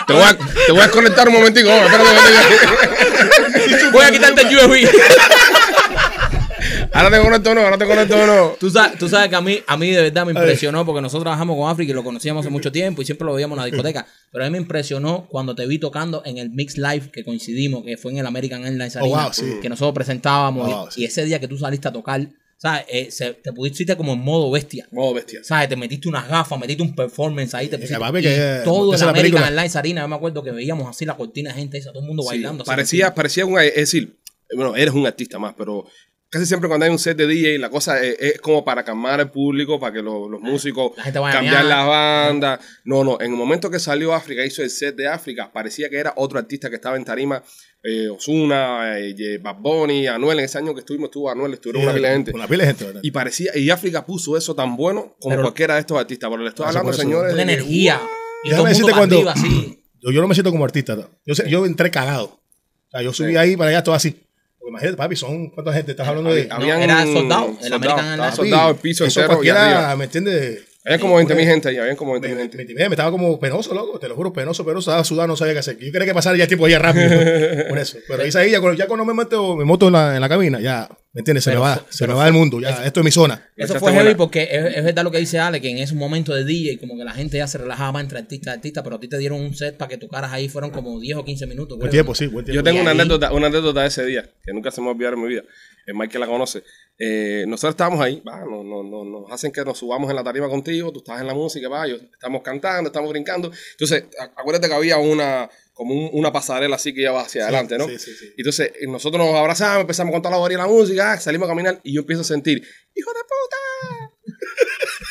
Te voy a, te voy a desconectar un momentico. oh, espérate un momentico.
Voy a quitarte el USB.
Ahora te conecto uno, ahora te conecto uno.
Tú sabes, tú sabes que a mí, a mí de verdad me impresionó porque nosotros trabajamos con África y lo conocíamos hace mucho tiempo y siempre lo veíamos en la discoteca. Pero a mí me impresionó cuando te vi tocando en el Mix Live que coincidimos, que fue en el American Airlines
Oh,
Arena,
wow, sí. Oh,
que nosotros presentábamos.
Wow,
y,
sí.
y ese día que tú saliste a tocar, ¿sabes? Eh, se- te pusiste como en modo bestia.
Modo bestia.
¿Sabes? Te metiste unas gafas, metiste un performance ahí, te pusiste.
Eh, papi,
y
que-
todo en
esa es la
American
película.
Airlines Arena, yo me acuerdo que veíamos así la cortina de gente esa, todo el mundo
Sí,
bailando. así
parecía,
contigo.
parecía un, es decir, bueno, eres un artista más, pero casi siempre cuando hay un set de DJ, la cosa es, es como para calmar al público, para que lo- los músicos
La gente vaya a
cambiar
mear.
la banda. No, no, en el momento que salió África, hizo el set de África, parecía que era otro artista que estaba en tarima. Eh, Osuna, Bad Bunny, Anuel, en ese año que estuvimos, estuvo Anuel, estuvieron una pila de gente.
Una pila de gente, ¿verdad?
Y parecía, y África puso eso tan bueno como
Pero-
cualquiera de estos artistas. Pero le estoy
Gracias
hablando,
por eso.
señores.
Una
de que-
energía. Y todo
Uh, Déjame
el mundo
decirte
para
cuando-
arriba así.
yo, yo no me siento como artista, ¿no? yo, sé- yo entré cagado, o sea, yo subí ahí para allá todo así, Porque imagínate papi, son, ¿cuánta gente? Estás hablando de...
Había- habían
era soldado, el American
estaba
Airlines.
soldado, el piso
eso
entero y
cualquiera,
arriba.
¿me entiendes?
Había como 20.000 gente ahí, habían como 20.000
me,
gente.
me intimidé, me estaba como penoso, loco, te lo juro, penoso, penoso, estaba sudado, no sabía qué hacer. Yo quería que pasara ya el tiempo allá rápido, pues, por eso. Pero ahí ahí, ya cuando, ya cuando me meto, me moto en la, en la cabina, ya, ¿me entiendes? Se
Pero
me va,
fue-
se me va el mundo, ya, esto es mi zona.
Esa
Eso
está
fue heavy
buena.
porque es, es verdad lo que dice Ale, que en esos momentos de DJ como que la gente ya se relajaba más entre artista y artista, pero a ti te dieron un set para que tocaras ahí, fueron como 10 o 15 minutos.
Buen
creo.
tiempo, sí, buen tiempo.
Yo tengo
Y
una
ahí-
anécdota, una anécdota de ese día, que nunca se me va a olvidar en mi vida. Es Mike que la conoce. Eh, nosotros estábamos ahí, va, no, no, no, nos hacen que nos subamos en la tarima contigo, tú estás en la música, va, yo, estamos cantando, estamos brincando. Entonces, a- acuérdate que había una, como un- una pasarela así que iba hacia adelante, ¿no?
sí, sí, sí.
Entonces, eh, nosotros nos abrazamos, empezamos con toda la varilla de la música, ah, salimos a caminar y yo empiezo a sentir, hijo de puta,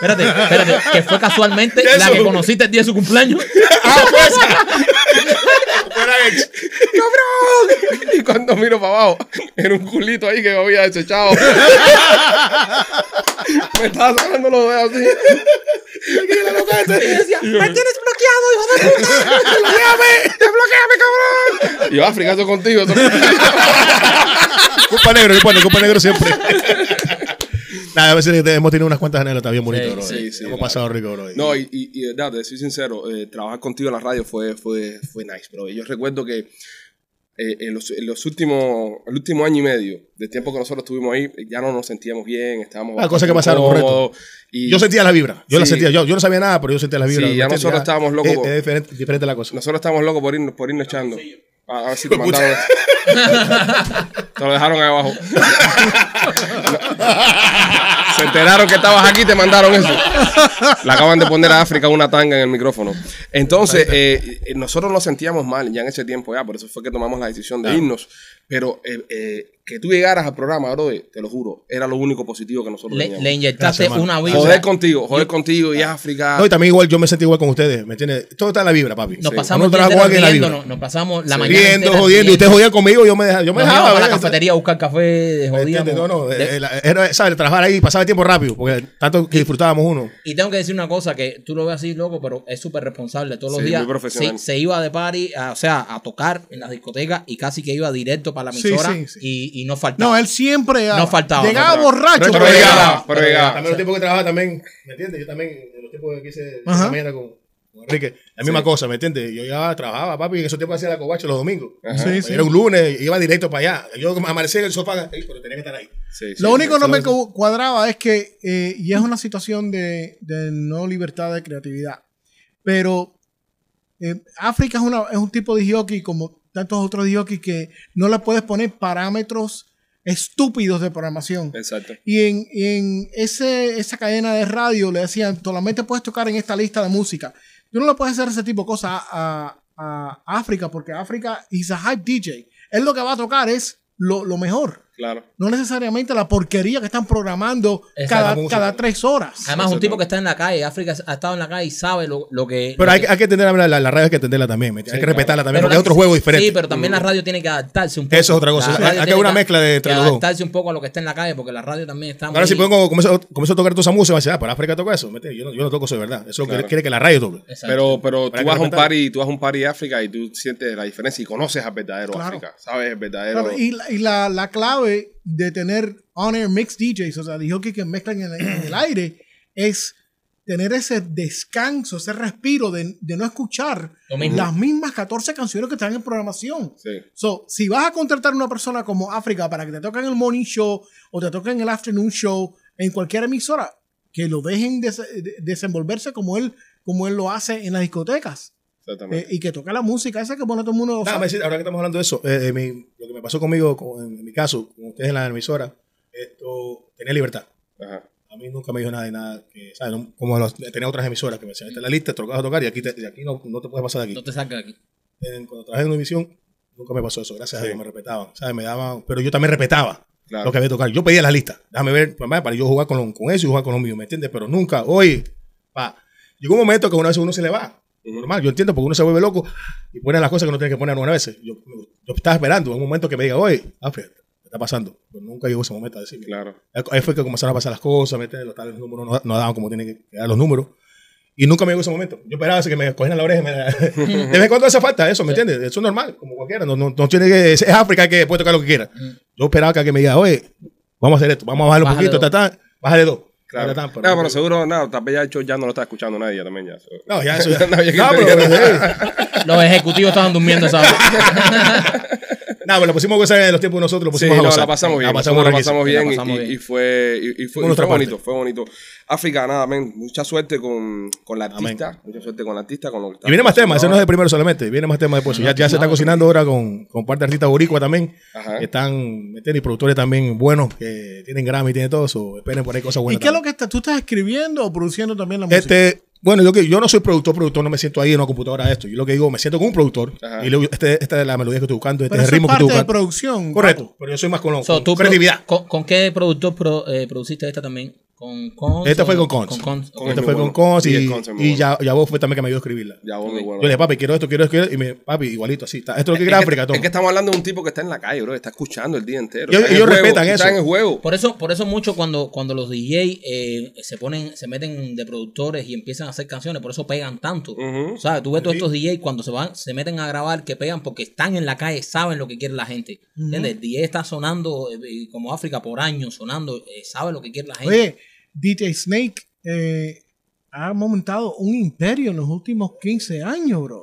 Espérate, espérate, que fue casualmente la que conociste el día de su cumpleaños.
cabrón. Y cuando miro para abajo, era un culito ahí que me había desechado. me estaba sacando los dedos así.
Y decía, "Me tienes bloqueado, hijo de puta".
¡Desbloqueame, cabrón! Y yo, África, eso contigo. eso contigo".
Copa negro, copa negro, copa negro siempre. Nada, a veces te- hemos tenido unas cuantas anécdotas bien bonitas,
Sí,
bro.
sí, sí,
hemos
claro.
pasado rico, bro.
No, y, y, y de verdad, te soy sincero, eh, trabajar contigo en la radio fue, fue, fue nice, bro. Yo recuerdo que eh, en, los, en los últimos, el último año y medio del tiempo que nosotros estuvimos ahí, ya no nos sentíamos bien, estábamos...
Ah, cosas que
bastante
pasaron,
incómodos y
yo sentía la vibra. Yo la
Sí.
sentía. Yo, yo no sabía nada, pero yo sentía la vibra.
Sí, ya
¿me entiendes?
nosotros estábamos locos,
Es,
bro.
es diferente, diferente la cosa.
Nosotros estábamos locos por, irnos- por irnos echando. A, a ver si te mandaron... te lo dejaron ahí abajo. Se enteraron que estabas aquí y te mandaron eso. Le acaban de poner a África una tanga en el micrófono. Entonces, eh, eh, nosotros nos sentíamos mal ya en ese tiempo, ya, por eso fue que tomamos la decisión de irnos. Pero eh, eh, que tú llegaras al programa, bro, te lo juro, era lo único positivo que nosotros
Le,
teníamos.
le inyectaste
Gracias, hermano.
una vibra.
joder contigo, joder contigo y África.
No, y también igual yo me sentí igual con ustedes, ¿me entiendes? Todo está en la vibra, papi.
Nos
Sí.
pasamos
Uno
el día
trabaja con alguien
entero
en la
riendo,
vibra.
nos- nos pasamos la mañana
Riendo,
entera
jodiendo. Y usted
riendo.
jodía conmigo, yo me dejaba, yo me
Nos íbamos
dejaba.
a la
¿eh?
cafetería a buscar café,
¿Me entiendes?
jodíamos.
No, no,
De-
eh, la- era, ¿sabes? Trabajar ahí pasaba el tiempo rápido, porque tanto que disfrutábamos uno.
Y tengo que decir una cosa que tú lo ves así, loco, pero es súper responsable todos los
Sí,
días.
muy profesional.
Se, se iba de party, a- o sea, a tocar en las discotecas y casi que iba directo para la
Sí,
emisora
sí, sí.
Y, y no faltaba.
No, él siempre llegaba.
No faltaba,
Llegaba
no
borracho.
Pero
pero
llegaba.
llegaba.
pero
Ah,
llegaba.
También los tiempos que trabajaba también, ¿me entiendes? Yo también, en los tiempos que hice
Ajá.
la mañana con, con Enrique, la misma cosa, ¿me entiendes? Yo ya trabajaba, papi, y en esos tiempos hacía la covacha los domingos.
Sí, sí.
Era un lunes, iba directo para allá. Yo amanecía en el sofá, ey, pero tenía que estar ahí.
Sí, sí.
Lo único que no me
claro.
cu- cuadraba es que, eh, y es una situación de, de no libertad de creatividad, pero eh, África es, una- es un tipo de jockey como tantos otros jockeys que no le puedes poner parámetros estúpidos de programación.
Exacto.
Y en, y en ese, esa cadena de radio le decían, solamente puedes tocar en esta lista de música. Tú no le puedes hacer ese tipo de cosas a, a- a África, porque África es a hype DJ. Él lo que va a tocar es lo, lo mejor.
Claro.
No necesariamente la porquería que están programando
Esa
es
cada,
la música.
cada tres horas.
Además, un tipo que está en la calle, África ha estado en la calle y sabe lo, lo que.
Pero
lo
hay,
que-
que- hay que entender la, la, la radio, hay que entenderla también, ¿me entiendes? hay que
claro.
respetarla también, porque
la-
es otro juego diferente. Mm.
Sí, pero también la radio tiene que adaptarse un poco.
Eso es otra cosa.
La
Hay-
radio
hay que
tiene
haber una mezcla de entre los dos.
Adaptarse un poco a lo que está en la calle, porque la radio también está.
Ahora,
muy-
si pongo, comienzo, comienzo a tocar toda esa música, va a decir, ah, para África toco eso. ¿me entiendes? Yo no, yo no toco eso de verdad. Eso es lo que
Claro.
quiere que la radio toque.
Exacto.
Pero, pero
Para
tú
que
vas a un
respetar.
party, tú vas a un party de África y tú sientes la diferencia y conoces al verdadero
Claro.
África. Sabes el verdadero.
Claro, y la, y la- la clave de tener on-air mixed DJs, o sea, dijo que, que mezclan en el, en el aire, es tener ese descanso, ese respiro de, de no escuchar
Lo mismo.
las mismas 14 canciones que están en programación.
Sí.
So, si vas a contratar una persona como África para que te toque en el morning show o te toque en el afternoon show, en cualquier emisora, que lo dejen des- de- desenvolverse como él, como él lo hace en las discotecas. Eh,
Exactamente.
y que toque la música esa que pone todo el mundo.
Nada, me dice, ahora que estamos hablando de eso, eh, eh, mi- lo que me pasó conmigo, con- en mi caso, con ustedes en la emisora, esto, tenía libertad.
Ajá.
A mí nunca me dijo nada de nada, que, ¿sabes? No- como los, tenía otras emisoras que me decían, esta es la lista, te tocas a tocar y aquí, te- y aquí no, no te puedes pasar de
No
aquí.
te saques de aquí.
En- cuando trabajé en Univisión, nunca me pasó eso, gracias a
Sí.
Dios, me respetaban, ¿sabes? Me daban, pero yo también respetaba
Claro.
lo que había tocado. Yo pedía la lista, déjame ver, pues, para, para yo jugar con, lo- con eso y jugar con lo mío, ¿me entiendes? Pero nunca, oye, pa, llegó un momento que una vez uno se le va. Normal, yo entiendo porque uno se vuelve loco y pone las cosas que no tiene que poner algunas veces. Yo, yo estaba esperando un momento que me diga, oye, Alfred, ¿qué está pasando? Pero nunca llegó ese momento a decirme.
Claro.
Ahí fue que comenzaron a pasar las cosas, ¿me entiendes? los tales números no, no daban como tienen que quedar los números. Y nunca me llegó ese momento. Yo esperaba así que me cogieran la oreja. y me la- De vez en cuando hace falta eso, ¿me entiendes? Eso es normal, como cualquiera. No, no, no tiene que, es es África que puede tocar lo que quiera. Yo esperaba que alguien me diga, oye, vamos a hacer esto, vamos a bajarlo un
Bájale
poquito,
dos.
tatán, bájale dos.
Claro.
tatán,
no, pero seguro, no, tal vez ya el show ya no lo está escuchando nadie ya también ya. so.
No, ya eso ya.
No, ya que
no,
te
pero,
dijeron.
eh,
Los ejecutivos estaban durmiendo esa hora.
no, pero lo pusimos esa en los tiempos de nosotros, lo
Sí,
pusimos a
no,
gozar.
la pasamos bien.
La
nosotros
Ah, pasamos,
La pasamos,
riquísimo.
bien,
La pasamos
y,
bien.
y fue, y, y fue,
Fue
y fue
nuestra parte.
bonito, fue bonito. África, nada, men, mucha suerte con, con la
Amén.
artista, mucha suerte con la artista, con lo que está
Y viene más
pasando
temas, ese no es
ahora.
el primero solamente, viene más temas después. Ya, ya se está cocinando ahora con, con parte de artistas boricua también.
Ajá.
que Están, ¿me entiendes? Y productores también buenos, que tienen Grammy, tienen todo eso. Esperen por ahí cosas
¿Y
buenas.
qué es lo
también.
que está- tú estás escribiendo o produciendo también la música?
Este, bueno, yo, que- yo no soy productor, productor, no me siento ahí en una computadora de esto. Yo lo que digo, me siento como un productor.
Ajá.
Y luego, este- esta es la melodía que estoy buscando, este
Pero
es el
eso es
ritmo que estoy
parte de
buscando.
producción.
Correcto, pero yo soy más con, lo-
So,
con
tú pro-
creatividad.
¿con, con qué productor pro- eh, produciste esta también? Con Cons.
Este fue
o-
con Cons.
Con
este
el
fue
muy bueno.
con Cons
Sí,
y,
el Cons es muy
y
bueno.
ya, ya vos fue también que me ayudó a escribirla.
Ya, vos, mi bueno.
Yo le dije, papi, quiero esto, quiero esto, quiero esto. Y me, papi, igualito así. Está. Esto es lo que
Es
quiere
que-
África,
es que estamos hablando de un tipo que está en la calle, bro. Está escuchando el día entero. está
Yo-
en
ellos
el juego,
respetan
Está
eso.
en el juego.
Por eso, por eso mucho cuando, cuando los DJ eh, se ponen, se meten de productores y empiezan a hacer canciones, por eso pegan tanto.
Ujú.
¿Sabes? Tú ves todos estos DJ cuando se van, se meten a grabar, que pegan porque están en la calle, saben lo que quiere la gente. ¿Entiendes? El DJ está sonando eh, eh, como África por años, sonando, eh, sabe lo que quiere la gente.
Oye, DJ Snake eh, ha montado un imperio en los últimos 15 años, bro.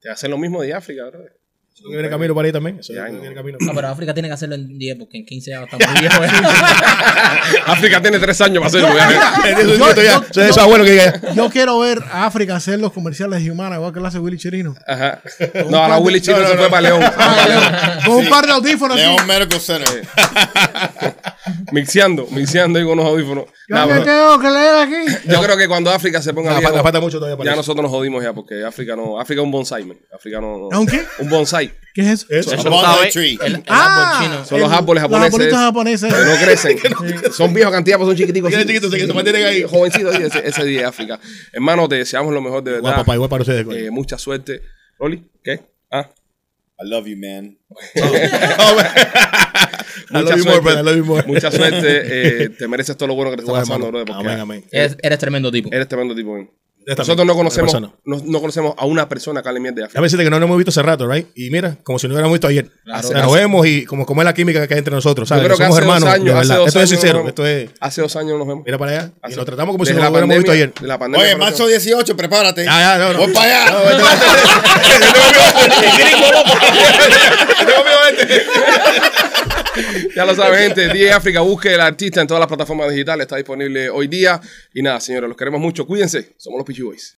Te hacen lo mismo de África, bro.
eso. Eso viene camino para ahí también. Eso
Ya,
viene
no.
viene camino.
No, pero África tiene que hacerlo en 10 porque en 15 ya está muy viejo. ¿eh?
África tiene tres años para hacerlo. ya.
Eso es cierto, ya. Eso es su abuelo que diga. ya.
Yo quiero ver a África hacer los comerciales de Humana, igual que lo hace Willy Chirino.
Ajá. No, ahora Willy Chino se fue para León.
Ah,
Con un par de audífonos. así.
León Medical Center.
mixeando, mixeando ahí con unos audífonos.
Yo
Nah,
me
bro.
tengo que leer aquí.
Yo creo que cuando África se ponga
Ah,
viejo,
falta, falta mucho todavía para
ya
eso.
nosotros nos jodimos ya, porque África no, África es un bonsai, man. África no, no-
¿Es un qué?
Un bonsai.
¿Qué es eso?
Eso.
Eso lo sabe.
Tree.
El, el
Ah,
árbol chino.
Son los árboles japoneses.
Los arbolitos
Que no
japoneses.
crecen. son viejos cantidad, pero son chiquiticos.
Son
así.
chiquitos, sí, que se mantienen ahí.
Jovencitos, sí, ese, ese día de África. Hermano, te deseamos lo mejor de verdad.
Igual, papá, igual para ustedes. coño.
Eh, mucha suerte. Loli, ¿qué? Ah,
I love you, man.
I love
mucha
you more, brother, I love you more.
suerte. Mucha suerte. eh, te mereces todo lo bueno que te está
Igual,
pasando,
hermano.
brother, porque
Amén, amén.
Eres, eres tremendo tipo.
Eres tremendo tipo. man.
Esta
Nosotros no
misma,
conocemos,
esta persona.
no, no conocemos a una persona que le miente de
Ya
África.
me deciste que no nos hemos visto hace rato, ¿right? Y mira, como si no hubiéramos visto ayer.
Claro.
O sea, nos vemos y como, como es la química que hay entre nosotros,
Yo
¿sabes?
creo que
Somos
hace
hermanos,
dos
de
años. hace
verdad.
dos
Esto es
años
sincero,
nos
esto
vemos.
es...
Hace dos años nos vemos.
Mira para allá. Y
Hace-
lo tratamos como si
desde
no lo
la
hubiéramos visto
pandemia-
ayer.
desde la pandemia
Oye,
que no
marzo 18, prepárate.
Ya, ya, no, no.
Voy para allá.
Ya lo saben, gente. DJ África, busque el artista en todas las plataformas digitales. Está disponible hoy día. Y nada, señores, los queremos mucho. Cuídense. Somos los Pichi Boys.